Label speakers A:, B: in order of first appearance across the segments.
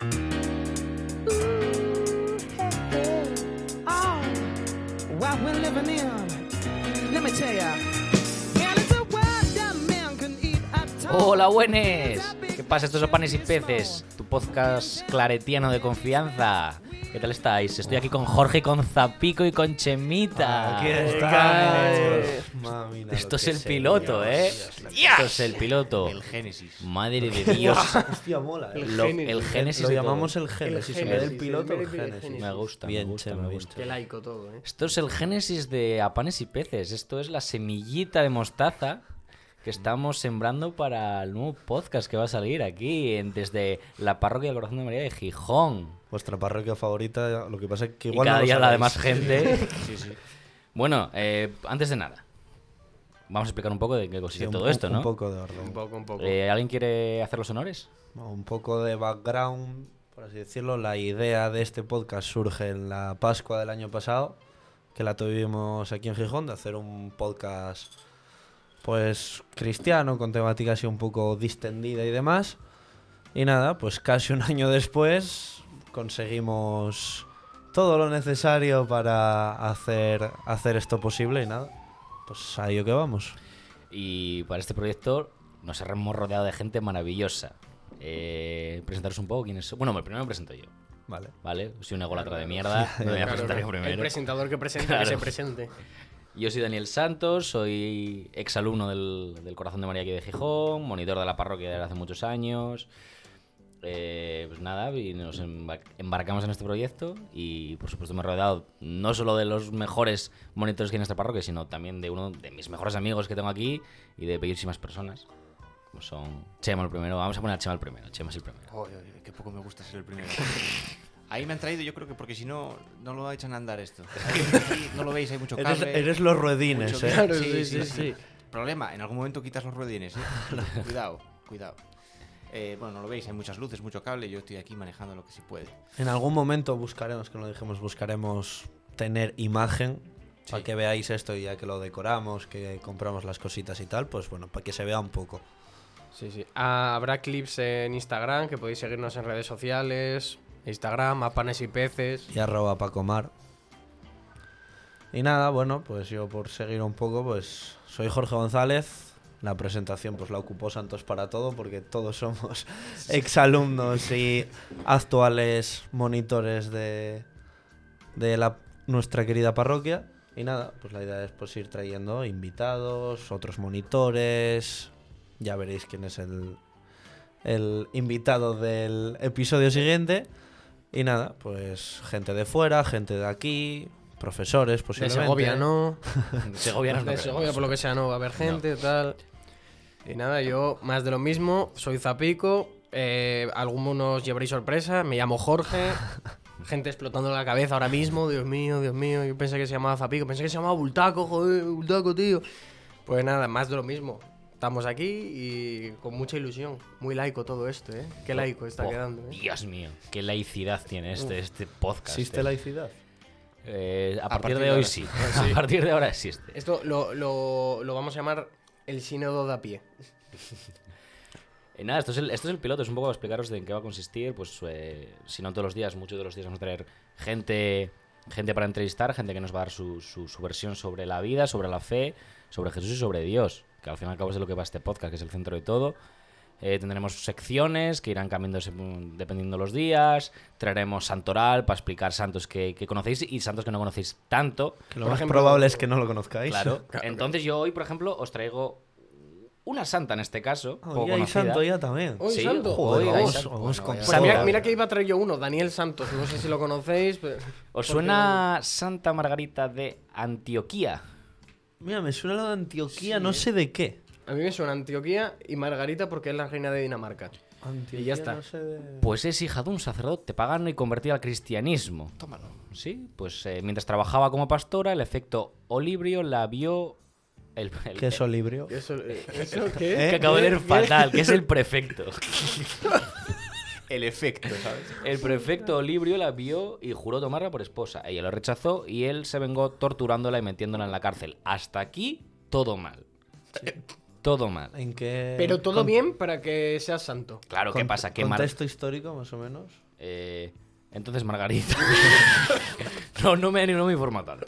A: Oh, living in. Let me tell ya. And it's a world that man can eat at all.
B: Hola, buenas. ¿Qué pasa? Estos son Panes y Peces, tu podcast claretiano de confianza. ¿Qué tal estáis? Estoy aquí con Jorge, con Zapico y con Chemita.
C: Aquí
B: Eh,
C: estamos.
B: eh,
C: Mamina, lo
B: Esto es
C: que
B: el
C: se
B: piloto,
C: lió.
B: ¿eh?
C: Dios, la-
B: Esto es el piloto.
D: El Génesis.
B: Madre de Dios.
C: Hostia, mola, ¿eh?
B: Lo- el génesis
C: Lo
B: de
C: llamamos
B: todo.
C: el Génesis.
D: El
C: En vez del
D: Génesis,
C: piloto,
D: el
C: el
D: Génesis.
C: Génesis.
B: Me gusta,
C: Bien,
B: me gusta,
C: Che,
B: me
C: me
B: gusta.
C: gusta.
D: Qué laico todo, ¿eh?
B: Esto es el génesis de A Panes y Peces. Esto es la semillita de mostaza que estamos sembrando para el nuevo podcast que va a salir aquí en- desde la parroquia del Corazón de María de Gijón.
C: Vuestra parroquia favorita, lo que pasa es que
B: Y
C: igual
B: cada
C: no lo
B: día la de
C: sabéis.
B: más gente.
D: Sí, sí.
B: Bueno, eh, antes de nada, vamos a explicar un poco de qué
C: Sí,
B: consiste
C: un-
B: todo esto, ¿no?
C: Un poco de
D: Un
C: orden.
D: poco, un poco.
B: Eh, ¿Alguien quiere hacer los honores?
C: Un poco de background, por así decirlo. La idea de este podcast surge en la Pascua del año pasado, que la tuvimos aquí en Gijón, de hacer un podcast pues cristiano, con temática así un poco distendida y demás. Y nada, pues casi un año después conseguimos todo lo necesario para hacer, hacer esto posible y nada. Pues ahí lo que vamos.
B: Y para este proyecto nos hemos rodeado de gente maravillosa. Eh, presentaros un poco quiénes son. Bueno, primero me presento yo,
C: Vale.
B: ¿vale? Soy una golatra de mierda, me voy a
D: Claro,
B: presentar yo
D: el- El
B: primero.
D: presentador que presente,
B: Claro.
D: que se presente.
B: Yo soy Daniel Santos, soy exalumno del, del Corazón de María aquí de Gijón, monitor de la parroquia desde hace muchos años. Eh, pues nada, y nos embar- embarcamos en este proyecto y por supuesto me he rodeado no solo de los mejores monitores que hay en esta parroquia, sino también de uno de mis mejores amigos que tengo aquí y de bellísimas personas, como son Chema el primero. Vamos a poner a Chema el primero, Chema es el primero.
D: Oye, oye, qué poco me gusta ser el primero.
E: Ahí me han traído, yo creo que porque si no, no lo echan a andar esto. Aquí no lo veis, hay mucho
C: Eres,
E: cable.
C: eres los
E: mucho
C: ruedines,
E: cable.
C: eh.
D: Claro, sí, sí, sí.
E: Problema, en algún momento quitas los ruedines. ¿eh? cuidado, cuidado. Eh, bueno, no lo veis, hay muchas luces, mucho cable. Yo estoy aquí manejando lo que se puede.
C: En algún momento buscaremos, que no lo dijimos, buscaremos tener imagen
E: Sí.
C: para que veáis esto y ya que lo decoramos, que compramos las cositas y tal, pues bueno, para que se vea un poco.
D: Sí, sí. Ah, habrá clips en Instagram, que podéis seguirnos en redes sociales. Instagram, a panes y peces.
C: Y arroba Paco Mar. Y nada, bueno, pues yo por seguir un poco, pues soy Jorge González. La presentación pues la ocupó Santos para todo, porque todos somos exalumnos y actuales monitores de, de la, nuestra querida parroquia. Y nada, pues la idea es pues ir trayendo invitados, otros monitores. Ya veréis quién es el, el invitado del episodio siguiente. Y nada, pues gente de fuera, gente de aquí, profesores
D: De
C: posiblemente.
D: Segovia, ¿no?
B: Segovia nos lo
D: de Segovia,
B: queremos.
D: por lo que sea, no. Va a haber gente, tal. Y nada, yo más de lo mismo. Soy Zapico. eh, algunos llevaréis sorpresa. Me llamo Jorge. Gente explotando la cabeza ahora mismo. Dios mío, Dios mío. Yo pensé que se llamaba Zapico. Pensé que se llamaba Bultaco, joder. Bultaco, tío. Pues nada, más de lo mismo. Estamos aquí y con mucha ilusión. Muy laico todo esto, ¿eh? Qué laico está
B: Oh,
D: quedando, ¿eh?
B: Dios mío, qué laicidad tiene este, este podcast.
C: ¿Existe
B: eh.
C: laicidad?
B: Eh, a, partir de hoy
E: ahora.
B: sí. A partir de ahora existe.
D: Esto lo, lo- lo vamos a llamar el sínodo de a pie.
B: Eh, nada, esto es, el, esto es el piloto, es un poco para explicaros de en qué va a consistir. Pues eh, si no todos los días, muchos de los días vamos a traer gente, gente para entrevistar, gente que nos va a dar su, su- su versión sobre la vida, sobre la fe, sobre Jesús y sobre Dios, que al fin y al cabo es de lo que va este podcast, que es el centro de todo. Eh, tendremos secciones que irán cambiando según- dependiendo los días. Traeremos Santoral para explicar santos que, que conocéis y santos que no conocéis tanto.
C: Que lo
D: Por
C: más
D: ejemplo-
C: probable es que no lo conozcáis.
B: Claro. Entonces yo hoy, por ejemplo, os traigo una santa en este caso.
C: Ah,
B: poco
C: hoy hay
B: conocida.
C: santo ya también.
D: Hoy
B: Sí,
D: santo.
C: Joder,
B: hoy hay
C: vamos,
B: santo.
C: vamos con
D: Pues
C: todo.
D: mira, mira que iba a traer yo uno, Daniel Santos. No sé si lo conocéis. Pero...
B: ¿Os suena Santa Margarita de Antioquía?
C: Mira, me suena lo de Antioquía, no sé de qué.
D: A mí me suena Antioquía y Margarita porque es la reina de Dinamarca. Y ya está.
C: no sé de-
B: Pues es hija de un sacerdote pagano y convertida al cristianismo. Tómalo. Sí, pues eh, mientras trabajaba como pastora, el efecto Olibrio la vio. El, el-
C: ¿Qué es
B: el-
C: Olibrio?
D: ¿Eso, eh, eso qué?
C: ¿Eh?
B: que acabo de leer fatal, que es el prefecto.
E: El efecto, ¿sabes?
B: El prefecto Olibrio la vio y juró tomarla por esposa. Ella lo rechazó y él se vengó torturándola y metiéndola en la cárcel. Hasta aquí, todo mal. Todo mal.
C: ¿En qué?
D: Pero todo
C: Eh, con-
D: bien para que seas santo.
B: Claro, ¿qué
C: con-
B: pasa? Que Mar-
C: Contexto histórico, más o menos.
B: Eh, Entonces Margarita... no, no me, no me informa tanto.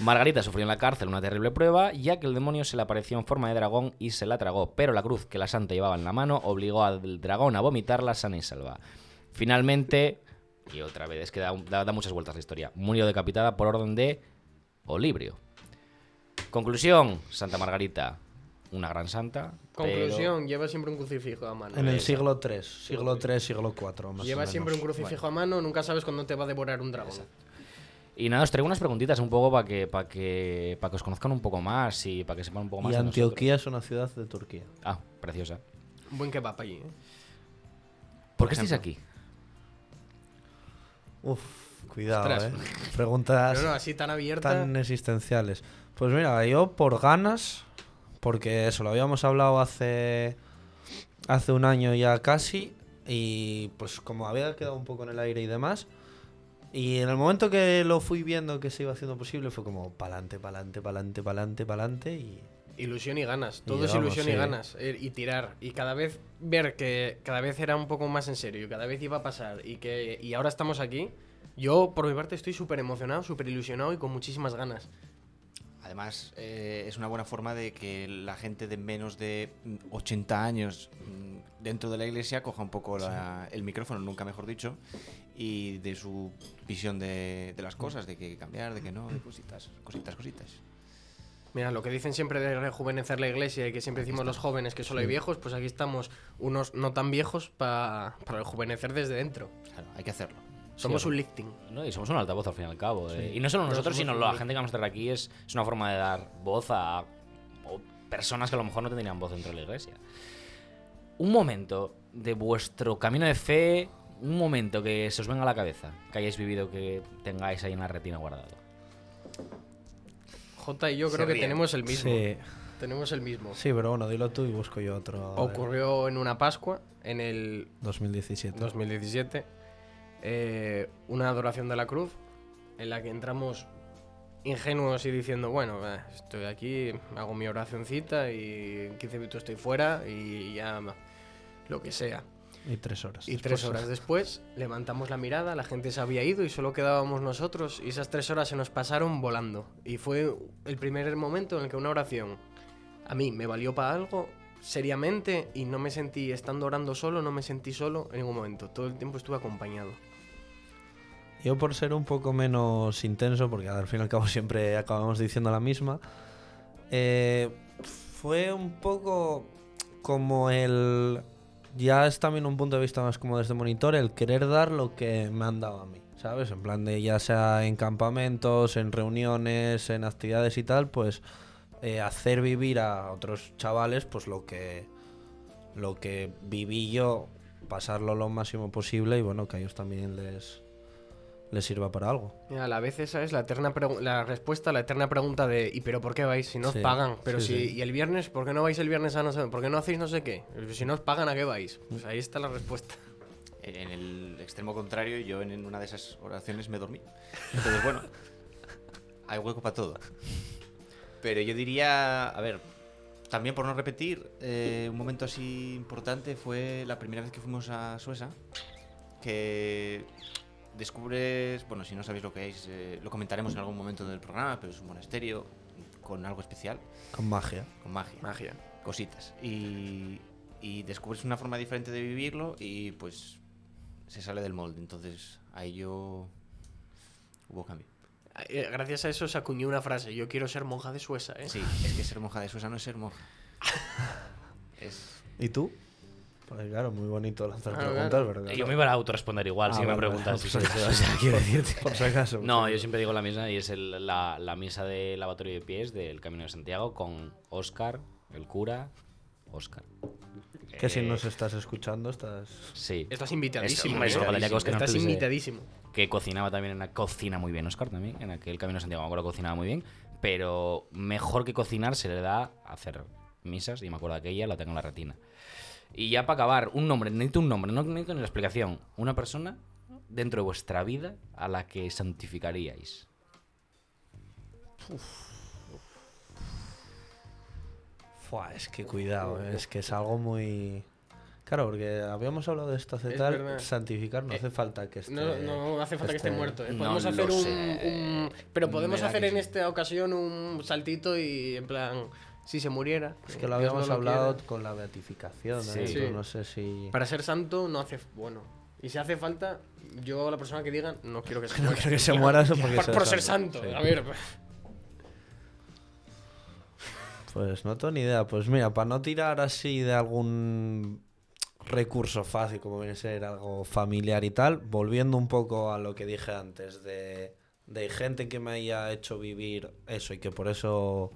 B: Margarita sufrió en la cárcel una terrible prueba, ya que el demonio se le apareció en forma de dragón y se la tragó, pero la cruz que la santa llevaba en la mano obligó al dragón a vomitarla sana y salva. Finalmente, y otra vez, es que da, un- da- da muchas vueltas la historia, murió decapitada por orden de Olibrio. Conclusión, Santa Margarita, una gran santa. pero-
D: Conclusión, lleva siempre un crucifijo a mano.
C: En el siglo III, siglo III, siglo IV. Más
D: Lleva
C: o
D: siempre un
C: menos.
D: crucifijo a mano, nunca sabes cuándo te va a devorar un dragón.
B: Y nada, os traigo unas preguntitas un poco para que, para que, para que os conozcan un poco más y para que sepan un poco más.
C: Y
B: de nosotros.
C: Antioquía es una ciudad de Turquía.
B: Ah, preciosa.
D: Un buen kebab allí, ¿eh?
B: ¿Por qué estáis aquí?
C: Uf, cuidado,
D: Ostras.
C: eh. Preguntas
D: No, no, así tan abierta.
C: tan existenciales. Pues mira, yo por ganas, porque eso lo habíamos hablado hace hace un año ya casi y pues como había quedado un poco en el aire y demás y en el momento que lo fui viendo que se iba haciendo posible fue como pa'lante, pa'lante, pa'lante, pa'lante, pa'lante y
D: Ilusión y ganas. Todo es
C: vamos,
D: ilusión y
C: sí.
D: ganas. eh, Y tirar. Y cada vez ver que cada vez era un poco más en serio. y Cada vez iba a pasar. Y que y ahora estamos aquí. Yo, por mi parte, estoy súper emocionado, súper ilusionado y con muchísimas ganas.
E: Además, eh, es una buena forma de que la gente de menos de mm, 80 años mm, dentro de la iglesia coja un poco la- el micrófono, nunca mejor dicho, y de su visión de, de las cosas, de que hay que cambiar, de que no, de cositas, cositas, cositas.
D: Mira, lo que dicen siempre de rejuvenecer la iglesia y que siempre decimos los jóvenes que solo hay viejos, pues aquí estamos unos no tan viejos pa- para rejuvenecer desde dentro.
E: Claro, hay que hacerlo.
D: Somos un lifting.
B: No, y somos un altavoz al fin y al cabo. eh. Y no solo
D: Pero
B: nosotros,
D: somos
B: sino
D: un
B: la
D: grupo.
B: gente que vamos a traer aquí es, es una forma de dar voz a, o personas que a lo mejor no tendrían voz dentro de la iglesia. Un momento de vuestro camino de fe, un momento que se os venga a la cabeza, que hayáis vivido, que tengáis ahí en la retina guardado.
D: J y yo
E: Se
D: creo que
E: ríen.
D: tenemos el mismo.
C: sí,
D: Tenemos el mismo.
C: sí, pero bueno, dilo tú y busco yo otro. a ver.
D: Ocurrió en una Pascua, en el
C: 2017.
D: 2017, eh, una adoración de la cruz, en la que entramos ingenuos y diciendo, bueno, eh, estoy aquí, hago mi oracioncita y en 15 minutos estoy fuera y ya ma- lo que sea.
C: Y tres horas.
D: Y
C: después.
D: tres horas después levantamos la mirada, la gente se había ido y solo quedábamos nosotros y esas tres horas se nos pasaron volando. Y fue el primer momento en el que una oración a mí me valió para algo seriamente y no me sentí, estando orando solo, no me sentí solo en ningún momento. Todo el tiempo estuve acompañado.
C: Yo por ser un poco menos intenso, porque al fin y al cabo siempre acabamos diciendo la misma, eh, fue un poco como el... Ya es también un punto de vista más como desde monitor, el querer dar lo que me han dado a mí, ¿sabes? En plan de ya sea en campamentos, en reuniones, en actividades y tal, pues eh, hacer vivir a otros chavales pues lo que lo que viví yo, pasarlo lo máximo posible y bueno, que a ellos también les, les sirva para algo.
D: Mira, a la vez esa es la eterna pregu- la respuesta a la eterna pregunta de ¿y pero por qué vais si no os
C: Sí,
D: pagan? Pero
C: sí,
D: si
C: sí.
D: y el viernes, ¿por qué no vais el viernes a no sé, por qué no hacéis no sé qué? Si no os pagan, ¿a qué vais? Pues ahí está la respuesta.
E: En en el extremo contrario, yo en en una de esas oraciones me dormí. Entonces, bueno, hay hueco para todo. Pero yo diría, a ver, también por no repetir, eh, un momento así importante fue la primera vez que fuimos a Suesa, que descubres, bueno, si no sabéis lo que es, eh, lo comentaremos en algún momento del programa, pero es un monasterio con algo especial,
C: Con magia.
E: con magia
D: Magia.
E: cositas. Y, y descubres una forma diferente de vivirlo y pues se sale del molde. Entonces ahí yo hubo cambio.
D: Eh, Gracias a eso se acuñó una frase, yo quiero ser monja de Suesa, ¿eh?
E: Sí, es que ser monja de Susa no es ser monja. Es...
C: ¿Y tú? Pues claro, muy bonito lanzar
D: Claro,
C: preguntas,
D: claro.
C: ¿verdad?
B: Ah, Yo me iba a autoresponder igual
C: Ah,
B: si me
C: vale,
B: preguntas.
C: vale.
B: si soy yo, o sea, quiero decirte.
C: Por si acaso.
B: No, yo siempre digo la misma y es el- la, la misa de lavatorio de pies del Camino de Santiago con Óscar, el cura, Óscar.
C: Que si
B: Eh,
C: nos estás escuchando, estás...
B: Sí.
D: Estás invitadísimo.
B: hombre,
D: ¿eh?
B: solo faltaría que Óscar no
D: Estás
B: estuviese-
D: invitadísimo.
B: que cocinaba también en la cocina muy bien, Oscar también, en aquel Camino de Santiago, me acuerdo que cocinaba muy bien, pero mejor que cocinar se le da hacer misas, y me acuerdo de aquella, la tengo en la retina. Y ya para acabar, un nombre, necesito un nombre, no necesito ni la explicación, una persona dentro de vuestra vida a la que santificaríais. Uh,
C: Fua, es que cuidado, eh, es que es algo muy... Claro, porque habíamos hablado de esto hace
D: Es
C: tal.
D: verdad.
C: Santificar no
D: Eh,
C: hace falta que esté.
D: No, no hace falta que esté
C: este-
D: muerto. ¿eh?
B: no
D: Podemos
B: lo
D: hacer un,
B: sé.
D: un- Pero podemos
E: Me da
D: hacer
E: que
D: en
E: sí.
D: esta ocasión un saltito y en plan, si se muriera.
C: Es
D: eh,
C: que lo
D: Dios
C: habíamos
D: no lo
C: hablado
D: quiera.
C: con la beatificación.
B: Sí.
C: ¿eh?
D: Sí.
C: Pero No sé si.
D: Para ser santo no hace. Bueno. Y si hace falta, yo la persona que diga, no quiero que se
C: No
D: muera.
C: creo que se muera eso porque
D: por,
C: sea
D: por ser santo.
C: sí.
D: A ver.
C: Pues no tengo ni idea. Pues mira, para no tirar así de algún recurso fácil, como viene a ser algo familiar y tal, volviendo un poco a lo que dije antes, de, de gente que me haya hecho vivir eso y que por eso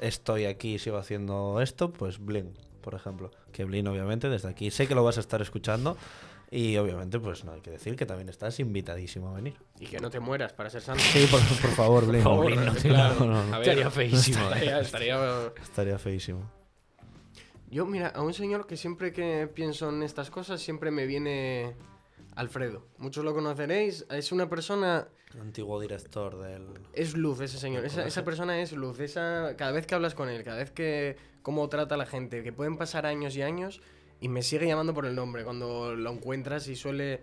C: estoy aquí y sigo haciendo esto, pues Blin, por ejemplo. Que Blin, obviamente, desde aquí sé que lo vas a estar escuchando. Y obviamente, pues no hay que decir que también estás invitadísimo a venir.
D: Y que no te mueras para ser santo.
C: Sí, por, por favor, Blin.
B: favor, Blin, no te-
D: Claro.
C: no, no,
D: A ver,
B: Estaría feísimo, eh.
D: Estaría, estaría-
C: Estaría feísimo.
D: Yo, mira, a un señor que siempre que pienso en estas cosas, siempre me viene Alfredo. Muchos lo conoceréis. Es una persona
C: Antiguo director del
D: Es luz ese señor,
C: Del
D: esa, esa
C: colegio.
D: persona es luz. Esa, cada vez que hablas con él, cada vez que cómo trata a la gente, que pueden pasar años y años y me sigue llamando por el nombre cuando lo encuentras y suele...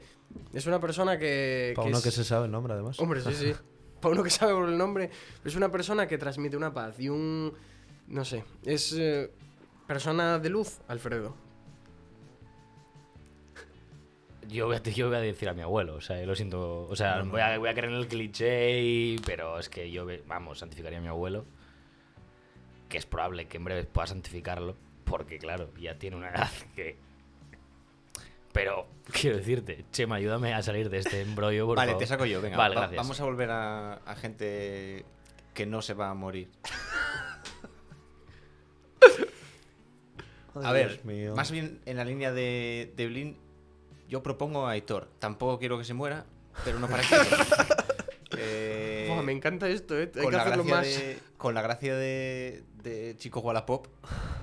D: Es una persona que...
C: Para
D: que
C: uno
D: es-
C: que se sabe el nombre, además.
D: Hombre, sí, sí. Para uno que sabe por el nombre, es una persona que transmite una paz y un... No sé, es eh, persona de luz, Alfredo.
B: Yo voy, a, yo voy a decir a mi abuelo, o sea, yo lo siento. O sea, voy, a, voy a creer en el cliché, y- pero es que yo, ve- vamos, santificaría a mi abuelo. Que es probable que en breve pueda santificarlo, porque claro, ya tiene una edad que. Pero quiero decirte, Chema, ayúdame a salir de este embrollo, por
E: vale,
B: favor.
E: te saco yo, venga.
B: Vale,
E: va-
B: gracias.
E: Vamos a volver a, a gente que no se va a morir.
C: Ay,
E: A ver,
C: Dios mío.
E: más bien en la línea de, de Blin, yo propongo a Aitor. Tampoco quiero que se muera, pero no para que. Eh,
D: Buah, me encanta esto, ¿eh? Hay
E: con
D: que
E: la
D: hacerlo
E: gracia
D: más...
E: de- con la gracia de, de Chico Wallapop,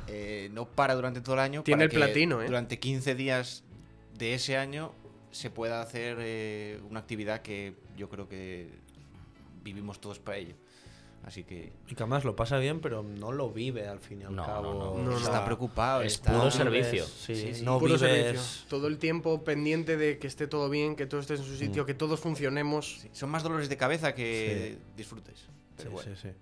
E: eh, no para durante todo el año.
D: Tiene
E: para
D: el
E: que
D: platino, ¿eh?
E: Durante 15 días de ese año se pueda hacer eh, una actividad que yo creo que vivimos todos para ello. Así que
C: Y que además lo pasa bien, pero no lo vive al fin y al
B: No, no,
C: cabo.
B: no, no,
C: O
D: no.
C: sea,
E: pues está preocupado.
B: es
E: está-
B: puro
C: vives-
B: servicio.
C: Sí,
E: Sí, sí,
C: no
D: Puro
C: vives.
D: servicio. Todo el tiempo pendiente de que esté todo bien, que todo esté en su sitio, que todos funcionemos.
E: Sí, Son más dolores de cabeza que disfrutes.
C: Sí,
E: Pero bueno.
C: sí, sí.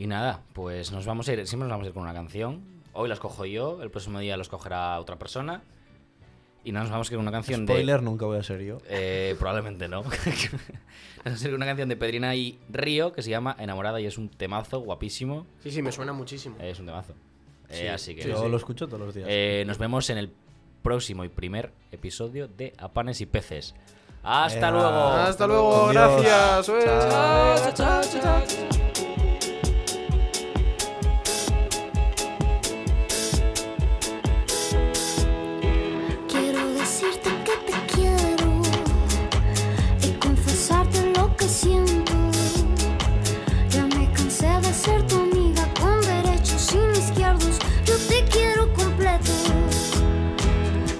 B: Y nada, pues nos vamos a ir, siempre nos vamos a ir con una canción. Hoy las cojo yo, el próximo día los cogerá otra persona. Y nada, nos vamos a ir con una canción de.
C: Spoiler nunca voy a ser yo.
B: Eh, probablemente no. Nos sirve una canción de Pedrina y Río que se llama Enamorada y es un temazo guapísimo.
D: Sí, sí, me suena muchísimo.
B: Eh, Es un temazo. Eh, así que
C: Yo lo escucho todos los días.
B: eh, nos vemos en el próximo y primer episodio de Apanes y Peces. ¡Hasta
C: Venga.
B: luego!
D: Hasta luego,
C: Adiós.
D: gracias. eh.
C: Chao.
D: Chao, chao, chao, chao.
F: Quiero decirte que te quiero y confesarte lo que siento. Ya me cansé de ser tu amiga con derechos sin izquierdos. Yo te quiero completo.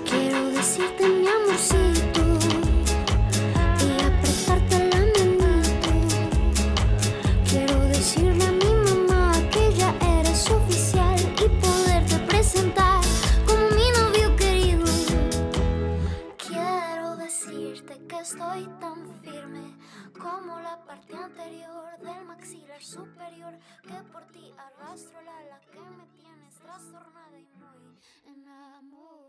F: Quiero decirte mi amorcito y apretarte la manito. Quiero decirle a mi mamá que ya eres oficial y poderte presentar como mi novio querido. Quiero decirte que estoy tan firme como la parte anterior del maxilar superior que por ti arrastro el ala que me tienes trastornada y muy enamorada.